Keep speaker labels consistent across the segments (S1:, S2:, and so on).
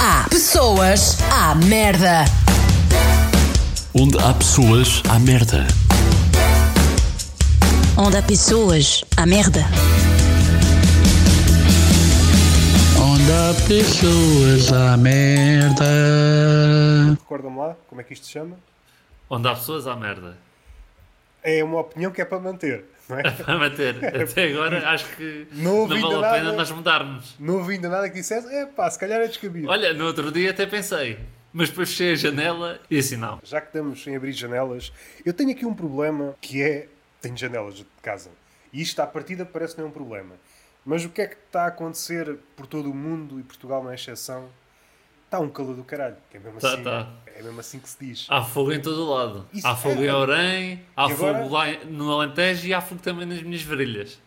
S1: há pessoas, há merda.
S2: Onde há pessoas, há merda.
S3: Onde há pessoas, há merda.
S2: Onde há pessoas, há merda.
S4: Recordam-me lá como é que isto se chama?
S5: Onde há pessoas, há merda.
S4: É uma opinião que é para manter, não é?
S5: Para manter. Até agora acho que
S4: Não
S5: não,
S4: ouvi
S5: vale a
S4: nada.
S5: pena nós mudarmos.
S4: Não ouvi ainda nada que dissesse, é pá, se calhar é descabido.
S5: Olha, no outro dia até pensei, mas depois fechei a janela e assim não.
S4: Já que estamos em abrir janelas, eu tenho aqui um problema que é. Tenho janelas de casa. E isto à partida parece não é um problema. Mas o que é que está a acontecer por todo o mundo e Portugal não é exceção? Está um calor do caralho. Que é mesmo
S5: Tá,
S4: assim.
S5: tá. Ah.
S4: É mesmo assim que se diz.
S5: Há fogo em todo o lado.
S4: Isso
S5: há fogo
S4: é.
S5: em Orém, há
S4: E agora?
S5: fogo lá no Alentejo e há fogo também nas minhas varilhas.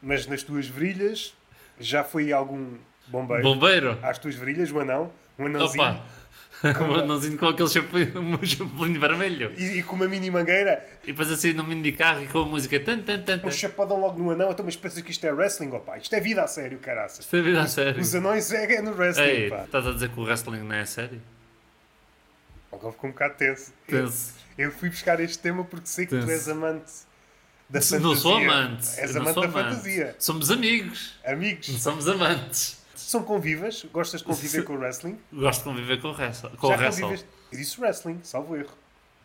S4: Mas nas tuas virilhas já foi algum bombeiro.
S5: Bombeiro?
S4: Às tuas virilhas, um anão, um anãozinho.
S5: Opa! Um anãozinho com aquele chapéu, um chapelinho vermelho.
S4: E, e com uma mini mangueira,
S5: E depois assim no mini carro e com a música. Tan, tan, tan, tan.
S4: um chapadão logo no anão. Então, mas pensas que isto é wrestling, ó pá? Isto é vida a sério, caraças.
S5: Isto é vida a sério.
S4: Os anões é, é no wrestling,
S5: Ei,
S4: pá.
S5: estás a dizer que o wrestling não é sério?
S4: Agora ficou um bocado tenso.
S5: Tenso.
S4: Eu, eu fui buscar este tema porque sei que tu
S5: Tenso.
S4: és amante da fantasia.
S5: Não sou amante.
S4: És
S5: eu não
S4: amante
S5: sou
S4: da
S5: amante.
S4: fantasia.
S5: Somos amigos. Não
S4: Amigos,
S5: somos amantes.
S4: são convivas? Gostas de conviver com o wrestling?
S5: Gosto de conviver com o wrestling. Com o wrestling.
S4: Eu disse wrestling, salvo erro.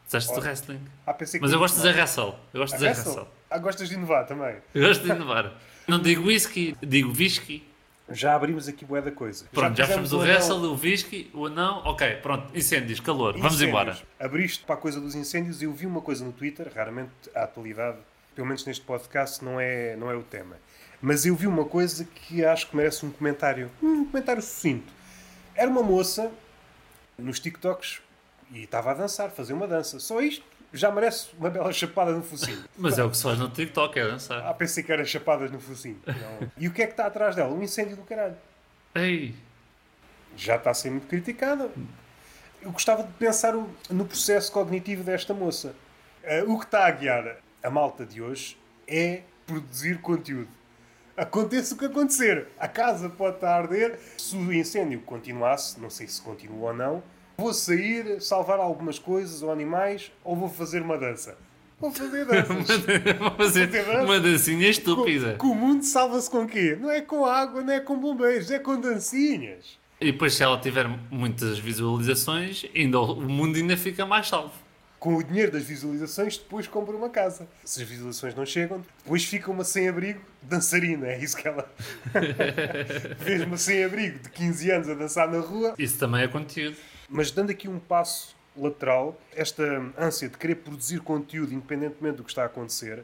S5: Disseste do
S4: Olha.
S5: wrestling.
S4: Ah, pensei que
S5: Mas eu
S4: tu-
S5: gosto de dizer wrestle. Eu gosto
S4: Ah,
S5: de dizer
S4: wrestle?
S5: wrestle.
S4: Ah, gostas de inovar também.
S5: Eu gosto de inovar. Não digo whisky, digo whisky.
S4: Já abrimos aqui bué da coisa.
S5: Pronto, já fomos
S4: fizemos um
S5: o
S4: anão.
S5: wrestle, o whisky, o anão. Ok, pronto. Incêndios, calor. Vamos
S4: Incêndios.
S5: embora.
S4: Abriste para a coisa dos incêndios e eu vi uma coisa no Twitter, raramente a atualidade, pelo menos neste podcast, não é, não é o tema. Mas eu vi uma coisa que acho que merece um comentário, um comentário sucinto. Era uma moça nos TikToks e estava a dançar, fazer uma dança. Só isto já merece uma bela chapada no focinho.
S5: Mas é o que se faz no TikTok, é dançar.
S4: Ah, pensei que era chapadas no focinho. Não. E o que é que está atrás dela? Um incêndio do caralho.
S5: Ei,
S4: já está a ser muito criticada. Eu gostava de pensar o- no processo cognitivo desta moça. Eh, o que está a guiar a malta de hoje é produzir conteúdo. Aconteça o que acontecer, a casa pode estar a arder. Se o incêndio continuasse, não sei se continua ou não, vou sair, salvar algumas coisas ou animais, ou vou fazer uma dança. Vou fazer danças.
S5: vou fazer uma dancinha estúpida.
S4: que o mundo salva-se com quê? Não é com água, não é com bombeiros, é com dancinhas.
S5: E depois, se ela tiver muitas visualizações, ainda, o o mundo ainda fica mais salvo.
S4: com o dinheiro das visualizações, depois compra uma casa. Se as visualizações não chegam, depois fica uma sem-abrigo dançarina. É isso que ela. Vês uma sem-abrigo de 15 anos a dançar na rua.
S5: Isso também é conteúdo.
S4: Mas dando aqui um passo lateral, esta ânsia de querer produzir conteúdo independentemente do que está a acontecer,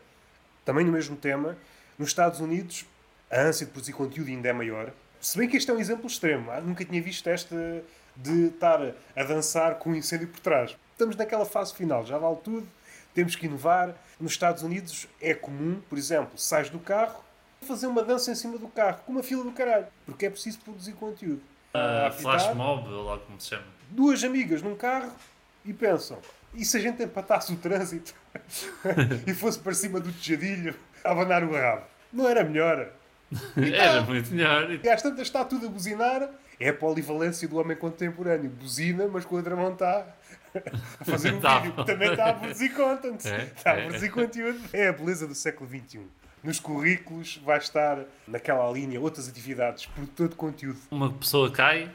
S4: também no mesmo tema, nos Estados Unidos a ânsia de produzir conteúdo ainda é maior. Se bem que este é um exemplo extremo, Ah, nunca tinha visto esta de estar a dançar com um incêndio por trás. Estamos naquela fase final, já vale tudo, temos que inovar. Nos Estados Unidos é comum, por exemplo, sais do carro, fazer uma dança em cima do carro, com uma fila do caralho, porque é preciso produzir conteúdo.
S5: Ah,
S4: A
S5: flash
S4: apitar
S5: mob, ou lá como se chama.
S4: duas amigas num carro e pensam: e se a gente empatasse o trânsito e fosse para cima do tejadilho a abanar o rabo? Não era melhor?
S5: Era muito melhor.
S4: E às tantas está tudo a buzinar. É a polivalência do homem contemporâneo. Buzina, mas com a outra mão está a fazer um
S5: Tá.
S4: vídeo. que Também está a produzir content.
S5: É,
S4: Está a
S5: é.
S4: produzir conteúdo. É a beleza do século XXI. Nos currículos vai estar, naquela linha, outras atividades, produtor de conteúdo.
S5: Uma pessoa cai,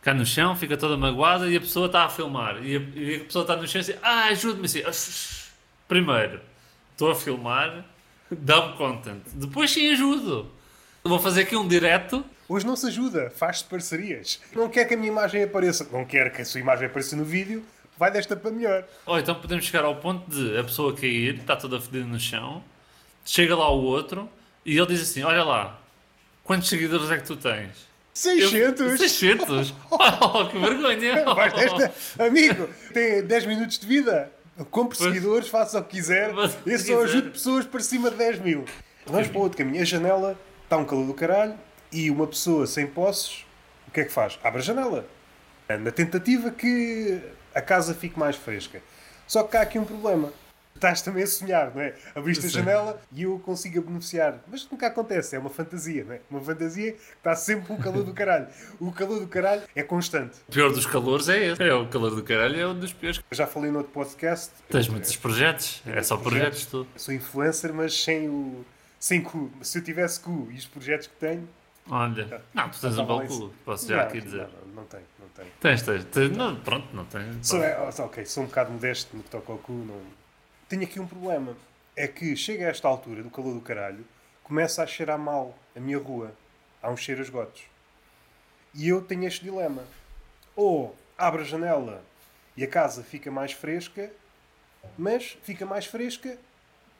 S5: cai no chão, fica toda magoada e a pessoa está a filmar. E a, e a pessoa está no chão e diz: Ah, ajude-me assim. "Ah, shush." Primeiro, estou a filmar, dá-me content. Depois sim ajudo. Vou fazer aqui um direto.
S4: Hoje não se ajuda, faz-se parcerias. Não quer que a minha imagem apareça, não quer que a sua imagem apareça no vídeo, vai desta para melhor.
S5: Ou então podemos chegar ao ponto de a pessoa cair, está toda fedida no chão, chega lá o outro e ele diz assim: Olha lá, quantos seguidores é que tu tens?
S4: 600!
S5: 600? Oh, que vergonha!
S4: Vai desta, amigo, tem 10 minutos de vida. Compre seguidores, faça o que quiser.
S5: Mas-
S4: Eu
S5: se
S4: só
S5: quiser.
S4: ajudo pessoas para cima de 10 mil. Vamos para outro caminho. A janela está um calor do caralho e uma pessoa sem posses, o que é que faz? Abre a janela. É Na tentativa que a casa fique mais fresca. Só que há aqui um problema. Estás também a sonhar, não é? Abriste a
S5: Eu sei.
S4: janela e eu consigo a beneficiar. Mas nunca acontece, é uma fantasia, não é? Uma fantasia que está sempre o calor do caralho. O calor do caralho é constante.
S5: O pior dos calores é esse. É o calor do caralho, é um dos piores.
S4: Eu já falei no outro podcast.
S5: Tens muitos projetos, é só projetos tu.
S4: Sou influencer, mas sem o. Sem cu. Se eu tivesse cu e os projetos que tenho.
S5: Olha, não, tu tens um
S4: estava
S5: belo
S4: lá em cima.
S5: culo, posso já
S4: Então Não,
S5: aqui dizer.
S4: Não, não, não tenho, não tenho.
S5: Tens, tens, tens- não, pronto, não tens.
S4: Sou, é, ok, sou um bocado modesto no que toca ao cu. Não... Tenho aqui um problema. É que chega a esta altura do calor do caralho, começa a cheirar mal a minha rua. Há um cheiro a esgotos. E eu tenho este dilema. Ou abro a janela e a casa fica mais fresca, mas fica mais fresca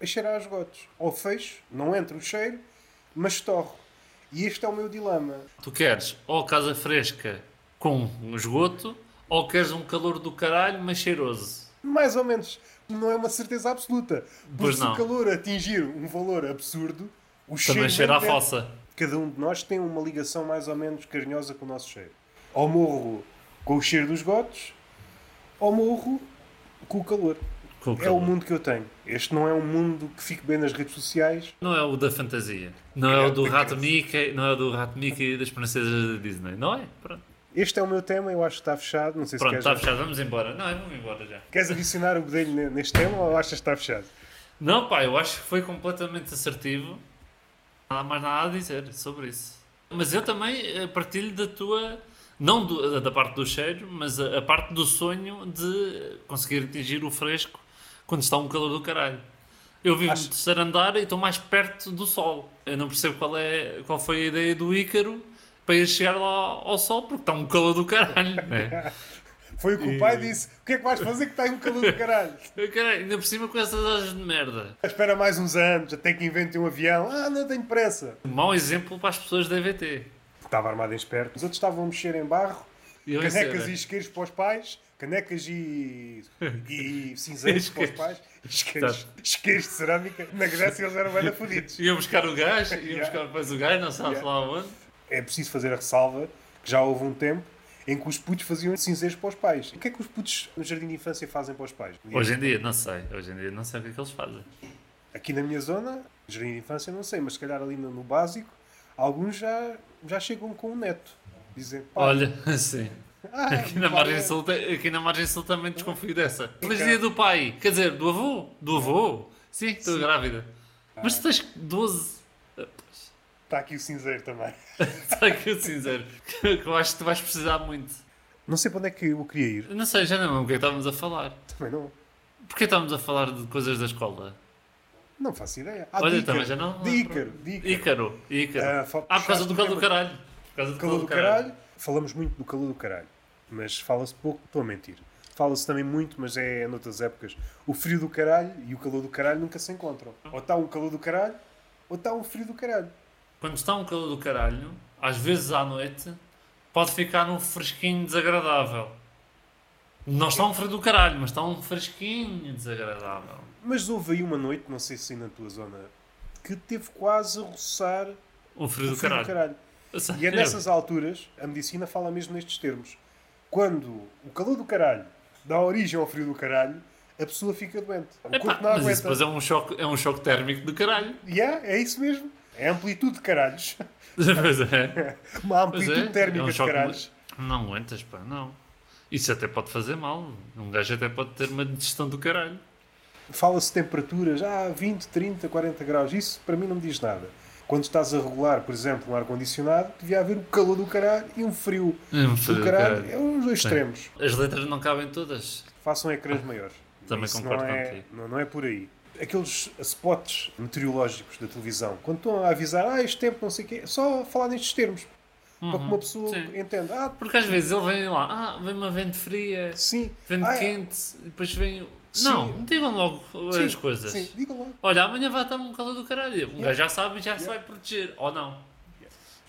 S4: a cheirar a esgotos. Ou fecho, não entra o cheiro, mas torro. E este é o meu dilema.
S5: Tu queres ou casa fresca com um esgoto, ou queres um calor do caralho, mas cheiroso.
S4: Mais ou menos. Não é uma certeza absoluta. Porque
S5: Pois
S4: se
S5: não.
S4: o calor atingir um valor absurdo, o cheiro.
S5: Também
S4: vem
S5: cheira a
S4: perto.
S5: fossa.
S4: Cada um de nós tem uma ligação mais ou menos carinhosa com o nosso cheiro. Ou morro com o cheiro dos gotos, ou morro com o calor.
S5: Com o
S4: É o
S5: calor.
S4: mundo que eu tenho. Este não é um mundo que fique bem nas redes sociais.
S5: Não é o da fantasia. Não é o do rato Mickey, não é o do rato Mickey e das princesas da Disney. Não é? Pronto,
S4: Este é o meu tema, eu acho que está fechado. Não sei se
S5: Pronto
S4: queres,
S5: está fechado, vamos embora. Não, é, vamos embora já.
S4: queres adicionar o bedelho ne- neste tema ou achas que está fechado?
S5: Não, pá, eu acho que foi completamente assertivo. Não há mais nada a dizer sobre isso. Mas eu também eh, partilho da tua, não do- da parte do cheiro, mas a, a parte do sonho de conseguir atingir o fresco quando está um calor do caralho. Eu vivo no terceiro andar e estou mais perto do sol. Eu não percebo qual, é, qual foi a ideia do Ícaro para ir chegar lá ao sol, porque está um calor do caralho. Né?
S4: Foi o que o pai disse. O que é que vais fazer que está aí um calor do caralho?
S5: Eu, caralho, ainda por cima com essas asas de merda.
S4: Espera mais uns anos, até que inventem um avião. Ah, não tenho pressa.
S5: Mau exemplo para as pessoas da EVT.
S4: Estava armado em esperto. Os outros estavam a mexer em barro,
S5: E eu em
S4: canecas
S5: cera.
S4: e isqueiros para os pais, canecas e, e cinzeiros para os pais, isqueiros, isqueiros de cerâmica. Na Grécia eles eram bem fodidos.
S5: Ia buscar o gás, ia
S4: Yeah.
S5: buscar depois o gás, não sabe
S4: Yeah.
S5: lá onde.
S4: É preciso fazer a ressalva que já houve um tempo em que os putos faziam cinzeiros para os pais. O que é que os putos no jardim de infância fazem para os pais?
S5: Hoje em dia, não sei. Hoje em dia, não sei o que é que eles fazem.
S4: Aqui na minha zona, jardim de infância, não sei, mas se calhar ali no, no básico, alguns já, já chegam com um neto. Dizem, pá,
S5: Olha, assim.
S4: ah,
S5: Aqui na,
S4: pá,
S5: margem
S4: é-
S5: sul, te- aqui na Margem Sul também desconfio dessa. Feliz dia do pai. Quer dizer, do avô. Do avô. Sim, estou grávida.
S4: Ah.
S5: Mas tu tens 12.
S4: Está Tá aqui o cinzeiro também.
S5: Está aqui o cinzeiro. Que que eu acho que tu vais precisar muito.
S4: Não sei para onde é que eu queria ir.
S5: Eu Não sei, já não é o que é que estávamos a falar.
S4: Também não,
S5: Porquê estávamos a falar de coisas da escola?
S4: não faço ideia. Ah,
S5: Olha,
S4: de Ícaro.
S5: também já não- é
S4: De Ícaro, de Ícaro.
S5: Ícaro. Ícaro.
S4: Ah, fa-
S5: ah, por causa do calor do caralho. Por causa do
S4: Calor do caralho. Falamos muito do calor do caralho, mas fala-se pouco, estou a mentir. Fala-se também muito, mas é noutras épocas. O frio do caralho e o calor do caralho nunca se encontram. Ou está um calor do caralho, ou está um frio do caralho.
S5: Quando está um calor do caralho, às vezes à noite, pode ficar um fresquinho desagradável. Não está um frio do caralho, mas está um fresquinho desagradável.
S4: Mas houve aí uma noite, não sei se aí na tua zona, que teve quase a roçar
S5: Um frio
S4: o
S5: do
S4: frio
S5: caralho.
S4: do caralho.
S5: Eu sei.
S4: E é nessas alturas, a medicina fala mesmo nestes termos. Quando o calor do caralho dá origem ao frio do caralho, a pessoa fica doente. O
S5: Epá,
S4: corpo não
S5: mas isso
S4: aguenta.
S5: depois é um, choque, é um choque térmico do caralho.
S4: Yeah, é isso mesmo. É amplitude de caralhos.
S5: Pois é.
S4: Uma
S5: Pois
S4: amplitude
S5: é.
S4: Tipo térmica
S5: é um
S4: de
S5: choque
S4: caralhos.
S5: muito- Não aguentas, pá, não. Isso até pode fazer mal. Um gajo até pode ter uma digestão do caralho.
S4: Fala-se temperaturas, ah, 20, 30, 40 graus. Isso para mim não me diz nada. Quando estás a regular, por exemplo, um ar-condicionado, devia haver o calor do caralho e um frio
S5: Um frio
S4: do
S5: do
S4: caralho.
S5: caralho.
S4: É os dois extremos.
S5: As letras não cabem todas.
S4: Façam ecrãs maiores.
S5: Também
S4: Isso
S5: concordo
S4: não é,
S5: contigo.
S4: não, não é por aí. Aqueles spots meteorológicos da televisão, quando estão a avisar, ah, este tempo não sei o quê, só falar nestes termos. para
S5: Uhum.
S4: que uma pessoa
S5: sim.
S4: entenda, ah,
S5: Porque às vezes ele vem lá, ah, vem uma vente fria,
S4: sim.
S5: vente
S4: ah, é-
S5: quente, e depois vem. o-
S4: Sim.
S5: Não, digam logo
S4: sim,
S5: as coisas.
S4: Sim, digam lá.
S5: Olha, amanhã vai estar um calor do caralho. Um gajo já sabe e já se vai proteger. Ou não.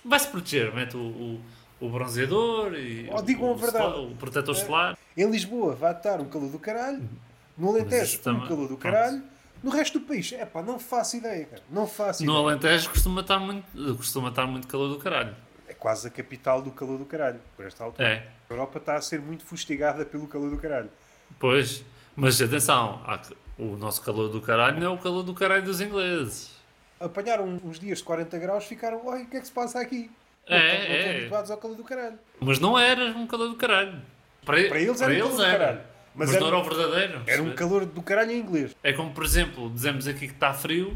S5: Vai-se proteger, mete o, o, o bronzeador e
S4: Ou Oh, digam
S5: o,
S4: a verdade. É.
S5: solar- o protetor solar.
S4: Em Lisboa vai estar um calor do caralho, no Alentejo
S5: Uhum. isso
S4: um
S5: também-
S4: calor do
S5: pronto.
S4: caralho, no resto do país, é pá, não faço ideia, cara. Não faço
S5: No
S4: ideia.
S5: Alentejo costuma estar, muito, costuma estar muito calor do caralho.
S4: É quase a capital do calor do caralho, por esta altura.
S5: É,
S4: A Europa está a ser muito fustigada pelo calor do caralho.
S5: pois. Mas atenção, há- O nosso calor do caralho não é o calor do caralho dos ingleses.
S4: Apanharam um, uns dias de 40 graus, ficaram, olha o que é que se passa aqui?
S5: É,
S4: não estão- não estão
S5: é.
S4: habituados ao calor do caralho.
S5: Mas não era um calor do caralho. Para,
S4: Para eles era um calor do caralho. Mas
S5: Mas,
S4: era
S5: não era
S4: um-
S5: o verdadeiro.
S4: Era um calor do caralho em inglês.
S5: É como, por exemplo, dizemos aqui que está frio,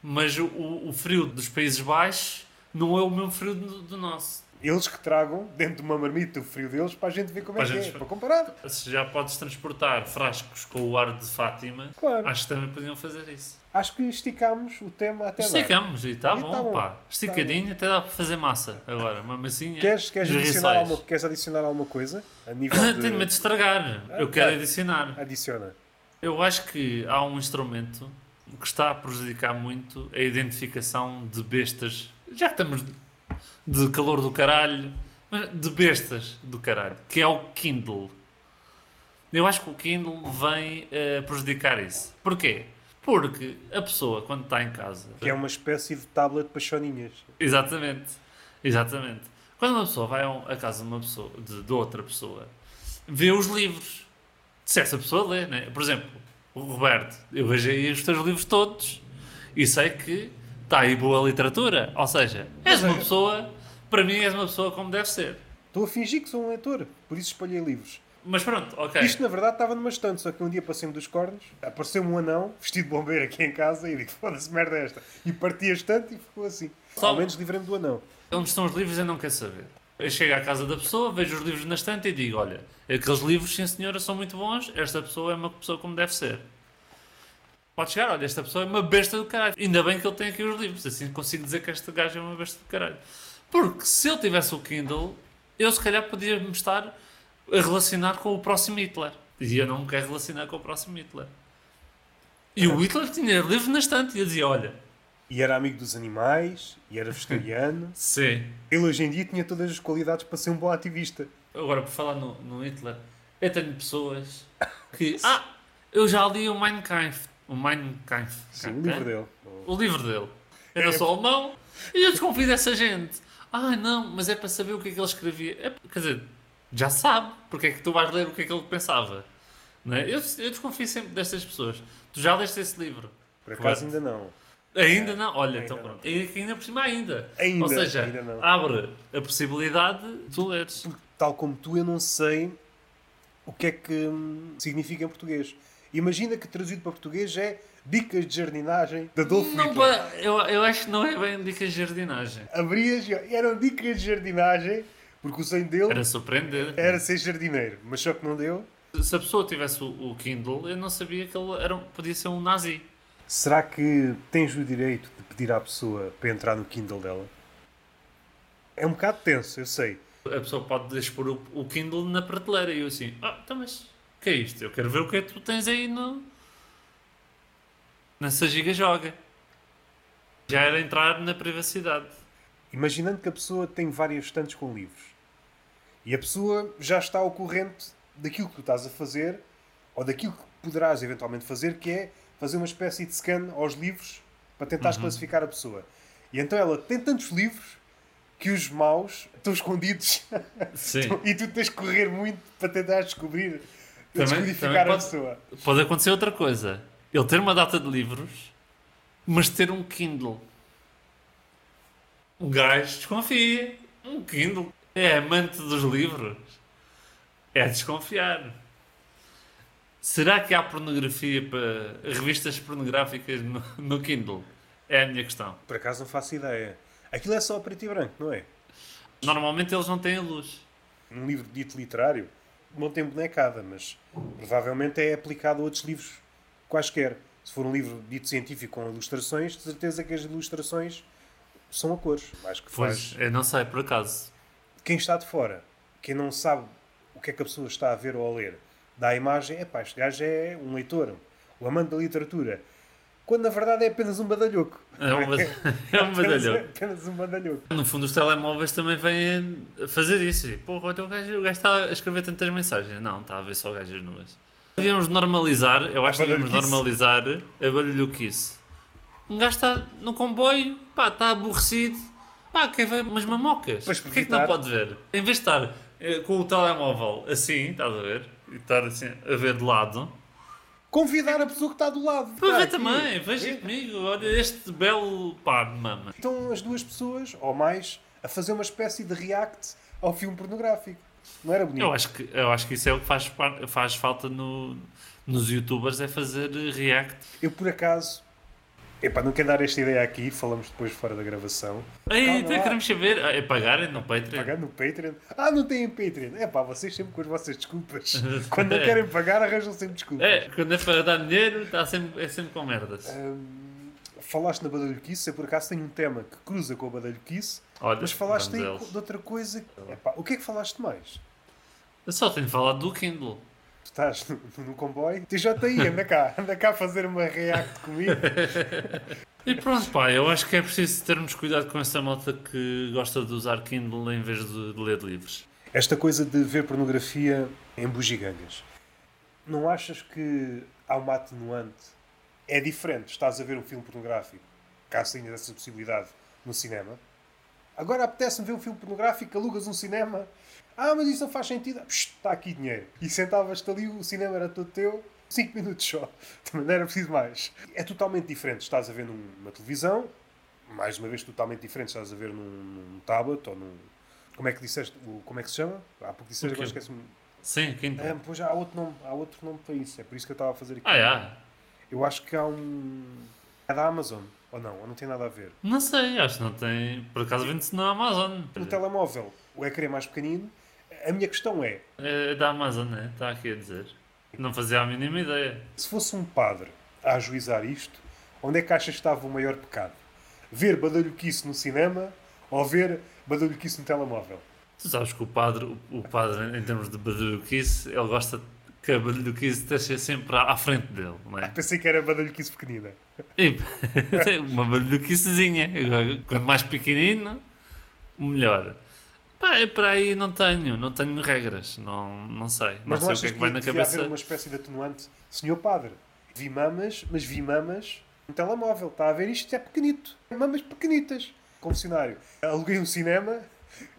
S5: mas o, o frio dos Países Baixos não é o mesmo frio do, do nosso.
S4: Eles que tragam dentro de uma marmita o frio deles para a gente ver como é
S5: Para a
S4: que é,
S5: gente ver.
S4: para comparar.
S5: Se já podes transportar frascos com o ar de Fátima,
S4: Claro.
S5: acho que também podiam fazer isso.
S4: Acho que esticámos o tema até lá.
S5: Esticamos e está
S4: E
S5: bom,
S4: tá bom.
S5: pá. Esticadinho até dá para fazer massa agora. Uma massinha.
S4: Queres, queres,
S5: Os
S4: adicionar
S5: rissóis.
S4: alguma, queres adicionar alguma coisa? A nível
S5: Tenho medo de
S4: de...
S5: estragar. Eu
S4: Ah,
S5: quero
S4: tá.
S5: adicionar.
S4: Adiciona.
S5: Eu acho que há um instrumento que está a prejudicar muito a identificação de bestas. Já que estamos de calor do caralho, mas de bestas do caralho, que é o Kindle. Eu acho que o Kindle vem eh, prejudicar isso. Porquê? Porque a pessoa, quando está em casa.
S4: Que é uma espécie de tablet para choninhas.
S5: Exatamente, exatamente. Quando uma pessoa vai a um- à casa de uma pessoa, de, de outra pessoa, vê os livros. Se essa pessoa lê, né? Por exemplo, o Roberto, eu vejo aí os teus livros todos e sei que está aí boa literatura. Ou seja, és uma pessoa, para mim és uma pessoa como deve ser.
S4: Estou a fingir que sou um leitor, por isso espalhei livros.
S5: Mas pronto, ok.
S4: Isto na verdade estava numa estante, só que um dia passei-me dos cornos, apareceu um anão vestido de bombeiro aqui em casa e eu digo, foda-se merda é esta. E parti a estante e ficou assim.
S5: Só-
S4: Ao menos livrei-me do anão.
S5: Onde estão os livros eu não quero saber. Eu chego à casa da pessoa, vejo os livros na estante e digo: Olha, aqueles livros, sim senhora, são muito bons. Esta pessoa é uma pessoa como deve ser. Pode chegar, olha, esta pessoa é uma besta do caralho. Ainda bem que ele tem aqui os livros, assim consigo dizer que este gajo é uma besta do caralho. Porque se eu tivesse o Kindle, eu se calhar podia me estar a relacionar com o próximo Hitler. E eu não me quero relacionar com o próximo Hitler. E o Hitler tinha livro na estante e eu dizia: Olha,
S4: E era amigo dos animais, e era vegetariano.
S5: sim,
S4: Ele hoje em dia tinha todas as qualidades para ser um bom ativista.
S5: Agora, por falar no, no Hitler, eu tenho pessoas que. Ah, eu já li o Mein Kampf. O Mein Kampf.
S4: Sim, o livro dele. É.
S5: O livro dele. Eu não sou alemão e eu desconfio dessa gente. Ah, não, mas é para saber o que é que ele escrevia. É, quer dizer, já sabe porque é que tu vais ler o que é que ele pensava. Não é? eu, eu desconfio sempre destas pessoas. Tu já leste esse livro?
S4: Por acaso
S5: Roberto?
S4: ainda não.
S5: Ainda não, olha,
S4: É, ainda
S5: então
S4: não.
S5: pronto. E Ainda por cima, ainda.
S4: Ainda,
S5: Ou seja,
S4: ainda não.
S5: abre a possibilidade de tu leres.
S4: Tal como tu, eu não sei o que é que hum, significa em português. Imagina que traduzido para português é Dicas de Jardinagem de Adolfo
S5: Não,
S4: Hitler.
S5: pá, eu, eu acho que não é bem dicas de jardinagem.
S4: Abrias e eram dicas de jardinagem, porque o sonho dele
S5: Era
S4: era...
S5: surpreender.
S4: ser jardineiro, mas só que não deu.
S5: Se a pessoa tivesse o, o Kindle, eu não sabia que ele era, um- podia ser um nazi.
S4: Será que tens o direito de pedir à pessoa para entrar no Kindle dela? É um bocado tenso, eu sei.
S5: A pessoa pode expor o, o Kindle na prateleira e eu assim, ah, então mas o que é isto? Eu quero ver o que é que tu tens aí no. nessa giga joga. Já era entrar na privacidade.
S4: Imaginando que a pessoa tem várias estantes com livros e a pessoa já está ao corrente daquilo que tu estás a fazer ou daquilo que poderás eventualmente fazer, que é fazer uma espécie de scan aos livros para tentar classificar a pessoa. E então ela tem tantos livros que os maus estão escondidos
S5: Sim.
S4: Então, e tu tens que correr muito para tentar descobrir,
S5: Também-
S4: descodificar
S5: também
S4: a
S5: pode-
S4: pessoa.
S5: Pode acontecer outra coisa. Ele ter uma data de livros, mas ter um Kindle. Um gajo desconfia. Um Kindle. É amante dos livros. É desconfiar. Será que há pornografia para revistas pornográficas no, no Kindle? É a minha questão.
S4: Por acaso não faço ideia. Aquilo é só preto e branco, não é?
S5: Normalmente eles não têm luz.
S4: Num livro dito literário, não tem bonecada, mas provavelmente é aplicado a outros livros quaisquer. Se for um livro dito científico com ilustrações, de certeza que as ilustrações são a cores. Acho que
S5: Pois,
S4: faz.
S5: eu não sei, por acaso.
S4: Quem está de fora, quem não sabe o que é que a pessoa está a ver ou a ler, dá a imagem, é pá, este gajo é um leitor, o amante da literatura. Quando na verdade é apenas um badalhoco.
S5: É um, bad- é um badalhoco.
S4: Apenas um badalhoco.
S5: No fundo, os telemóveis também vêm a fazer isso. E, Porra, olha, o gajo, o gajo está a escrever tantas mensagens. Não, está a ver só gajas nuas. Devíamos normalizar, eu acho que devíamos
S4: barulhice.
S5: normalizar a barulhoquice. Um gajo está no comboio, pá, está aborrecido. Pá, quer ver umas mamocas?
S4: Pois,
S5: Porquê que não
S4: evitar.
S5: pode ver? Em vez de estar eh, com o telemóvel assim, estás a ver? E estar assim, a ver de lado.
S4: convidar a pessoa que está do lado.
S5: Vou
S4: Pá,
S5: ver
S4: aqui.
S5: é, também, veja comigo, olha este belo par de mama.
S4: Estão as duas pessoas, ou mais, a fazer uma espécie de react ao filme pornográfico. Não era bonito?
S5: Eu acho que, eu acho que isso é o que faz, par- faz falta no, nos youtubers, é fazer eh, react.
S4: Eu, por acaso... Epá, não quero dar esta ideia aqui, falamos depois fora da gravação.
S5: Ei,
S4: Calma
S5: tem-
S4: lá.
S5: queremos saber. Ah, É pagarem no Patreon.
S4: Pagar no Patreon? Ah, não têm Patreon. É pá, vocês sempre com as vossas desculpas. Quando não querem pagar, arranjam sempre desculpas.
S5: É, quando é para dar dinheiro, tá sempre, é sempre com merdas.
S4: Falaste na badalhoquice, eu por acaso tenho um tema que cruza com a badalhoquice,
S5: Olha,
S4: mas falaste aí
S5: vamos a
S4: co-
S5: eles.
S4: de outra coisa. que- Epá, o que é que falaste mais?
S5: Eu só tenho falado do Kindle.
S4: Tu estás no, no comboio? TJI, anda cá, anda cá fazer uma react comigo.
S5: E pronto, pá, eu acho que é preciso termos cuidado com essa malta que gosta de usar Kindle em vez de, de ler livros.
S4: Esta coisa de ver pornografia em bugigangas, não achas que há uma atenuante? É diferente, estás a ver um filme pornográfico, caso tenhas essa possibilidade, no cinema. Agora apetece-me ver um filme pornográfico, alugas um cinema. Ah, mas isso não faz sentido. Psh, Está aqui dinheiro. E sentavas-te ali, o cinema era todo teu, 5 minutos só. Também não era preciso mais. É totalmente diferente, estás a ver numa televisão, mais uma vez totalmente diferente, estás a ver num, num tablet ou num... Como é que disseste? O, como é que se chama? Há pouco disseste, agora
S5: quê?
S4: esquece-me.
S5: Sim,
S4: Ah,
S5: Kindle.
S4: pois há outro, nome, há outro nome para isso, é por isso que eu estava a fazer aqui.
S5: Ah, é.
S4: Eu acho que há um. É da Amazon, ou não? Ou não tem nada a ver?
S5: Não sei, acho que não tem. Por acaso vende-se na Amazon.
S4: No telemóvel, o ecrã é mais pequenino. A minha questão é:
S5: É da Amazon, né? Está aqui a dizer. Não fazia a mínima ideia.
S4: se fosse um padre a ajuizar isto, onde é que achas que estava o maior pecado? Ver badalhoquice no cinema ou ver badalhoquice no telemóvel?
S5: Tu sabes que o padre, o, o padre em termos de badalhoquice, ele gosta que a badalhoquice esteja sempre à, à frente dele, não é?
S4: Pensei que era badalhoquice pequenina.
S5: E, tem uma badalhoquicezinha. Agora, Quanto mais pequenino, melhor. Pá, eu para aí não tenho, não tenho regras, não, não sei. Não
S4: Mas não
S5: sei o
S4: achas
S5: que é
S4: que,
S5: que vai na
S4: devia
S5: cabeça.
S4: haver uma espécie de atenuante? Senhor padre, vi mamas, mas vi mamas no telemóvel. Está a ver isto? É pequenito. Mamas pequenitas. Confessionário. Aluguei um cinema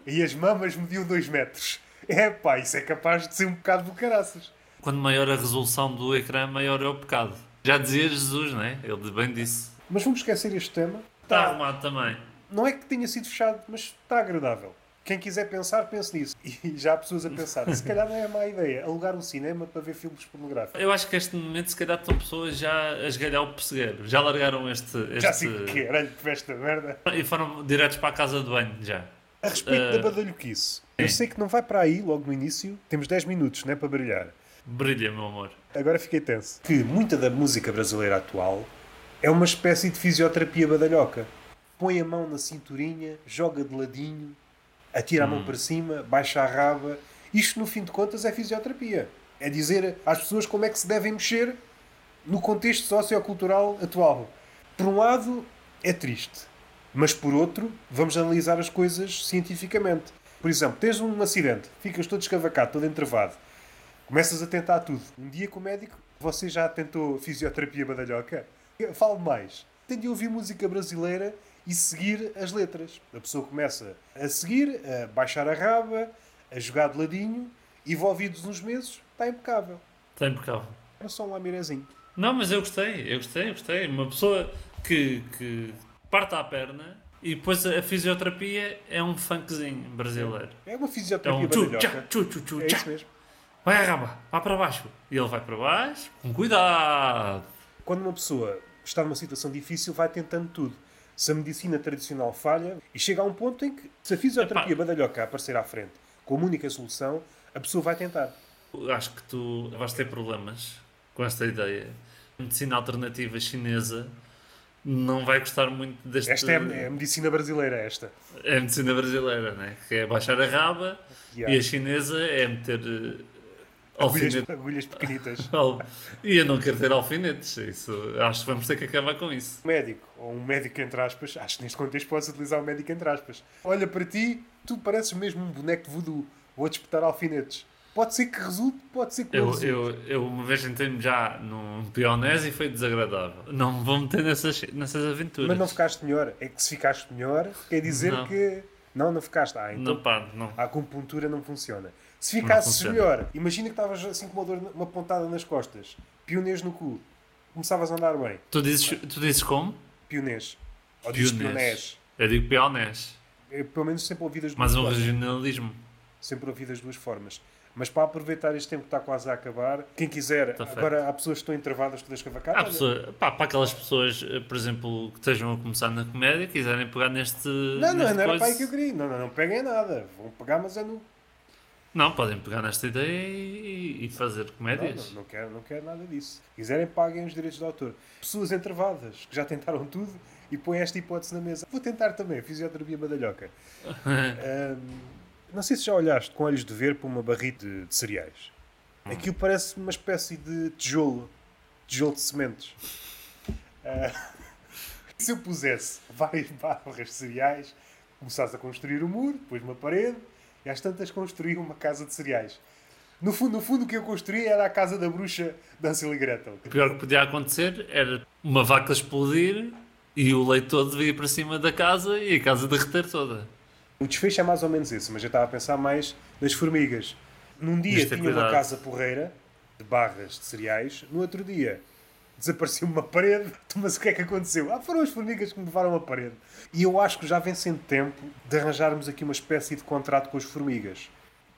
S4: e as mamas mediam 2 metros. É pá, isso é capaz de ser um bocado do caraças.
S5: Quando maior a resolução do ecrã, maior é o pecado. Já dizia Jesus, não é? Ele bem disse.
S4: Mas vamos esquecer este tema. Tá.
S5: Está arrumado também.
S4: Não é que tenha sido fechado, mas está agradável. Quem quiser pensar, pense nisso. E já há pessoas a pensar. Se calhar não é má ideia alugar um cinema para ver filmes pornográficos.
S5: Eu acho que este momento, se calhar, estão pessoas já a esgalhar o pessegueiro. Já largaram este. este...
S4: Já sei que é, caralho que esta merda.
S5: E foram diretos para a casa de banho já.
S4: A respeito
S5: Eh,
S4: da badalhoquice, eu sei que não vai para aí logo no início, temos 10 minutos né, para brilhar.
S5: Brilha, meu amor.
S4: Agora fiquei tenso. Que muita da música brasileira atual é uma espécie de fisioterapia badalhoca. Põe a mão na cinturinha, joga de ladinho, atira a mão para cima, baixa a raba. Isto, no fim de contas, é fisioterapia. É dizer às pessoas como é que se devem mexer no contexto sociocultural atual. Por um lado, é triste, mas por outro, vamos analisar as coisas cientificamente. Por exemplo, tens um acidente, ficas todo escavacado, todo entravado, começas a tentar tudo. Um dia com o médico, você já tentou fisioterapia badalhoca? Fale mais. Tem de ouvir música brasileira e seguir as letras. A pessoa começa a seguir, a baixar a raba, a jogar de ladinho, e envolvidos uns meses, está impecável.
S5: Está impecável.
S4: Era só um lamirezinho.
S5: Não, mas eu gostei, eu gostei, eu gostei. Uma pessoa que, que parta a perna e depois a fisioterapia é um funkzinho brasileiro.
S4: É uma
S5: É
S4: fisioterapia
S5: um tchu, tchá,
S4: badalhoca.
S5: tchu, tchu, tchu,
S4: É
S5: tchá.
S4: isso mesmo.
S5: Vai à raba, vá para baixo. E ele vai para baixo, com cuidado.
S4: Quando uma pessoa está numa situação difícil, vai tentando tudo. Se a medicina tradicional falha, e chega a um ponto em que, se a fisioterapia
S5: Epá.
S4: badalhoca aparecer à frente como única solução, a pessoa vai tentar.
S5: Acho que tu vais ter problemas com esta ideia. A medicina alternativa chinesa não vai gostar muito deste.
S4: Esta é a, é a medicina brasileira, esta.
S5: é a medicina brasileira, né? Que é baixar a raba
S4: Yeah.
S5: e a chinesa é meter eh,
S4: Agulhas,
S5: alfinetes.
S4: agulhas pequenitas.
S5: Al- E eu não quero ter alfinetes. Isso, acho que vamos ter que acabar com isso.
S4: Um médico, ou um médico entre aspas, acho que neste contexto podes utilizar o médico entre aspas. Olha para ti, tu pareces mesmo um boneco de voodoo. Vou-te espetar alfinetes. Pode ser que resulte, pode ser que não
S5: Eu,
S4: resulte.
S5: eu, eu uma vez entrei-me já num pionés e foi desagradável. Não me vou meter nessas, nessas aventuras.
S4: Mas não ficaste melhor. É que se ficaste melhor, quer dizer
S5: Não.
S4: que. Não, não ficaste. Ah, então
S5: Não, pá, não.
S4: a acupuntura não funciona. Se ficasses
S5: funciona.
S4: melhor, imagina que estavas assim com uma, dor, uma pontada nas costas. pionês no cu. Começavas a andar bem.
S5: Tu dizes, tu dizes como?
S4: Pionês. Ou dizes pionés.
S5: Eu digo pionés.
S4: Eu, pelo menos sempre ouvi das duas
S5: Mais um
S4: formas.
S5: regionalismo.
S4: Sempre ouvi das duas formas. Mas para aproveitar este tempo que está quase a acabar, quem quiser,
S5: Tá feito.
S4: agora há pessoas que estão entravadas todas
S5: Há
S4: cavacadas.
S5: pessoa- pá, para aquelas pessoas, eh, por exemplo, que estejam a começar na comédia, quiserem pegar neste.
S4: Não, não,
S5: neste
S4: não era
S5: coisa.
S4: para aí que eu queria. Não, não, não peguem nada. Vão pegar, mas é no.
S5: Não, podem pegar nesta ideia e, e fazer
S4: Não,
S5: comédias.
S4: não, não quero, não quero nada disso. Quiserem, paguem os direitos de autor. Pessoas entravadas que já tentaram tudo e põem esta hipótese na mesa. Vou tentar também, fisioterapia badalhoca. Ahm, não sei se já olhaste com olhos de ver para uma barrita de, de cereais. Aquilo parece uma espécie de tijolo. Tijolo de sementes. Ah, se eu pusesse várias barras de cereais, começasse a construir um muro, depois uma parede, e às tantas construí uma casa de cereais. No fundo, no fundo o que eu construí era a casa da bruxa da Ansel e Gretel.
S5: O pior que podia acontecer era uma vaca explodir e o leite todo vir para cima da casa e a casa derreter toda.
S4: O desfecho é mais ou menos esse, mas eu estava a pensar mais nas formigas. Num dia
S5: Isto é
S4: tinha uma
S5: cuidado.
S4: casa porreira, de barras de cereais, no outro dia desapareceu uma parede, Então, mas o que é que aconteceu? Ah, foram as formigas que me levaram a parede. E eu acho que já vem sendo tempo de arranjarmos aqui uma espécie de contrato com as formigas.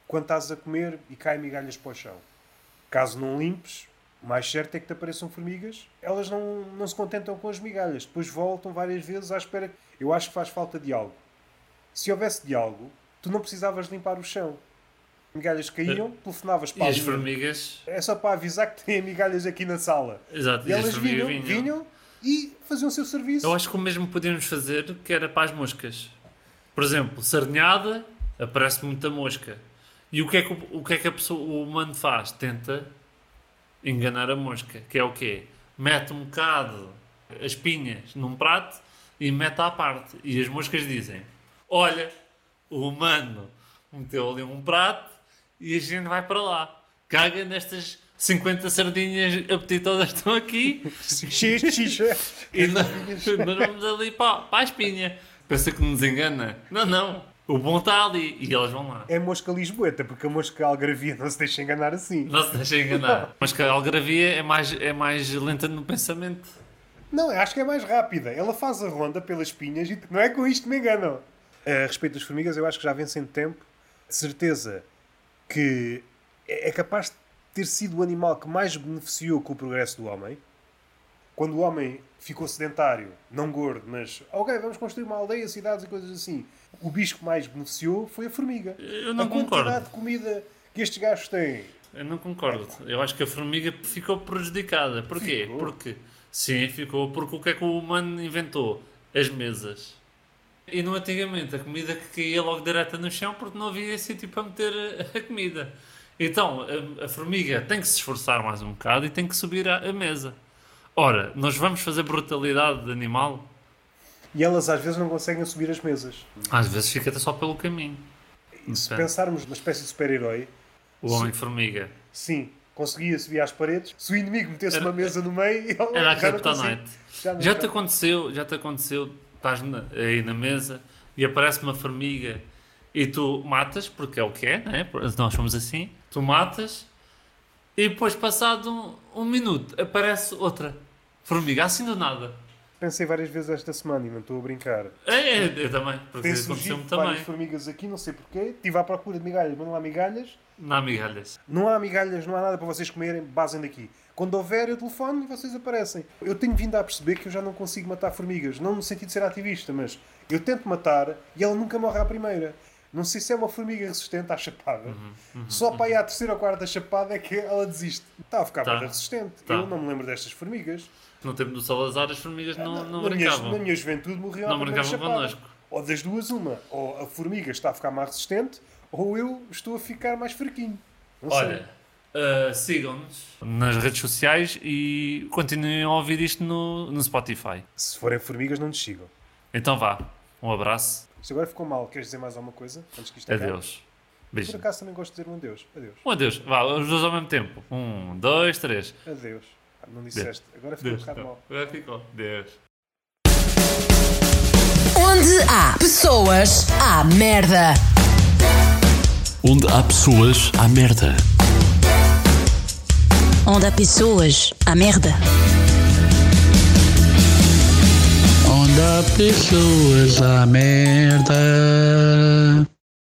S4: Quando estás a comer e caem migalhas para o chão. Caso não limpes, o mais certo é que te apareçam formigas. Elas não, não se contentam com as migalhas. Depois voltam várias vezes à espera. que- Eu acho que faz falta diálogo. Se houvesse diálogo, tu não precisavas limpar o chão. Migalhas caíam, telefonavas
S5: É. E
S4: para a
S5: as
S4: linha.
S5: formigas.
S4: É só para avisar que tem migalhas aqui na sala.
S5: Exato,
S4: E
S5: e as
S4: elas vinham,
S5: formigas
S4: vinham.
S5: vinham.
S4: e faziam o seu serviço.
S5: Eu acho que o mesmo podíamos fazer que era para as moscas. Por exemplo, sardinhada, aparece muita mosca. E o que é que, o, o que, é que a pessoa, o humano faz? Tenta enganar a mosca, que é o quê? Mete um bocado as pinhas num prato e mete à parte. E as moscas dizem, olha, o humano meteu ali um prato e a gente vai para lá. Caga nestas 50 sardinhas apetitosas que estão aqui
S4: Xixi, xixi. É
S5: e nós nós vamos ali para, para a espinha. Pensa que nos engana. Não, não. O bom está ali. E elas vão lá.
S4: É mosca lisboeta, porque a mosca algravia não se deixa enganar assim.
S5: Não se deixem enganar. Mas que a algravia é mais, é mais lenta no pensamento.
S4: Não, eu acho que é mais rápida. Ela faz a ronda pelas pinhas e não é com isto que me enganam. A respeito das formigas, eu acho que já vem sendo tempo. De certeza que é é capaz de ter sido o animal que mais beneficiou com o progresso do homem. Quando o homem ficou sedentário, não gordo, mas ok, vamos construir uma aldeia, cidades e coisas assim, o bicho que mais beneficiou foi a formiga.
S5: Eu não
S4: a quantidade
S5: concordo.
S4: de comida que estes gajos têm.
S5: Eu não concordo. Eu acho que a formiga ficou prejudicada. Porquê?
S4: Ficou.
S5: Porque, sim, ficou. Porque o que é que o humano inventou? As mesas. E no antigamente a comida que caía logo direta no chão porque não havia sítio para meter a- a comida. Então a, a formiga tem que se esforçar mais um bocado e tem que subir à à mesa. Ora, nós vamos fazer brutalidade de animal?
S4: E elas às vezes não conseguem subir as mesas.
S5: Às vezes fica até só pelo caminho.
S4: E se
S5: Depende.
S4: pensarmos numa espécie de super-herói,
S5: O homem-formiga.
S4: Sim, conseguia subir às paredes. Se o inimigo metesse
S5: Era-
S4: uma mesa no meio, ele
S5: Era a
S4: já não conseguia.
S5: Kryptonite.
S4: Já não-
S5: Já te aconteceu, já te aconteceu, estás na- aí na mesa e aparece uma formiga e tu matas, porque é o que é, né? nós somos assim, tu matas e depois passado um, um minuto aparece outra formiga, assim do nada.
S4: Pensei várias vezes esta semana e não estou a brincar.
S5: É, é, eu também, porque
S4: Tem
S5: aconteceu-me
S4: surgido várias
S5: também.
S4: formigas aqui, não sei porquê. Estive à procura de migalhas, mas não há migalhas.
S5: Não há migalhas.
S4: Não há migalhas, não há nada para vocês comerem, basem daqui. Quando houver, eu telefono e vocês aparecem. Eu tenho vindo a perceber que eu já não consigo matar formigas. Não no sentido de ser ativista, mas eu tento matar e ela nunca morre à primeira. Não sei se é uma formiga resistente à chapada.
S5: Uhum,
S4: Só para ir à terceira ou quarta chapada é que ela desiste. Está a ficar
S5: Tá.
S4: bem resistente.
S5: Tá.
S4: Eu não me lembro destas formigas.
S5: No tempo do Salazar as formigas não, não
S4: na, minha,
S5: brincavam.
S4: na minha juventude morriam à
S5: Não
S4: primeira
S5: brincavam
S4: chapada.
S5: connosco.
S4: Ou das duas, uma. Ou a formiga está a ficar mais resistente, ou eu estou a ficar mais fraquinho. Não sei.
S5: Olha, uh, sigam-nos nas redes sociais e continuem a ouvir isto no, no Spotify.
S4: Se forem formigas, não nos sigam.
S5: Então vá, um abraço,
S4: Isto agora ficou mal. Queres dizer mais alguma coisa? Antes que isto acabe?
S5: adeus.
S4: Por
S5: Beijo.
S4: acaso também gosto de dizer um adeus. Adeus.
S5: Um adeus, vá, os dois ao mesmo tempo. Um, dois, três.
S4: Adeus. Ah, Não disseste. Agora ficou um
S5: Deus,
S4: bocado mal.
S5: agora ficou. Deus.
S1: Onde há pessoas, há merda.
S2: Onde há pessoas, há merda.
S1: onde há pessoas, há merda.
S2: Onde há pessoas à merda.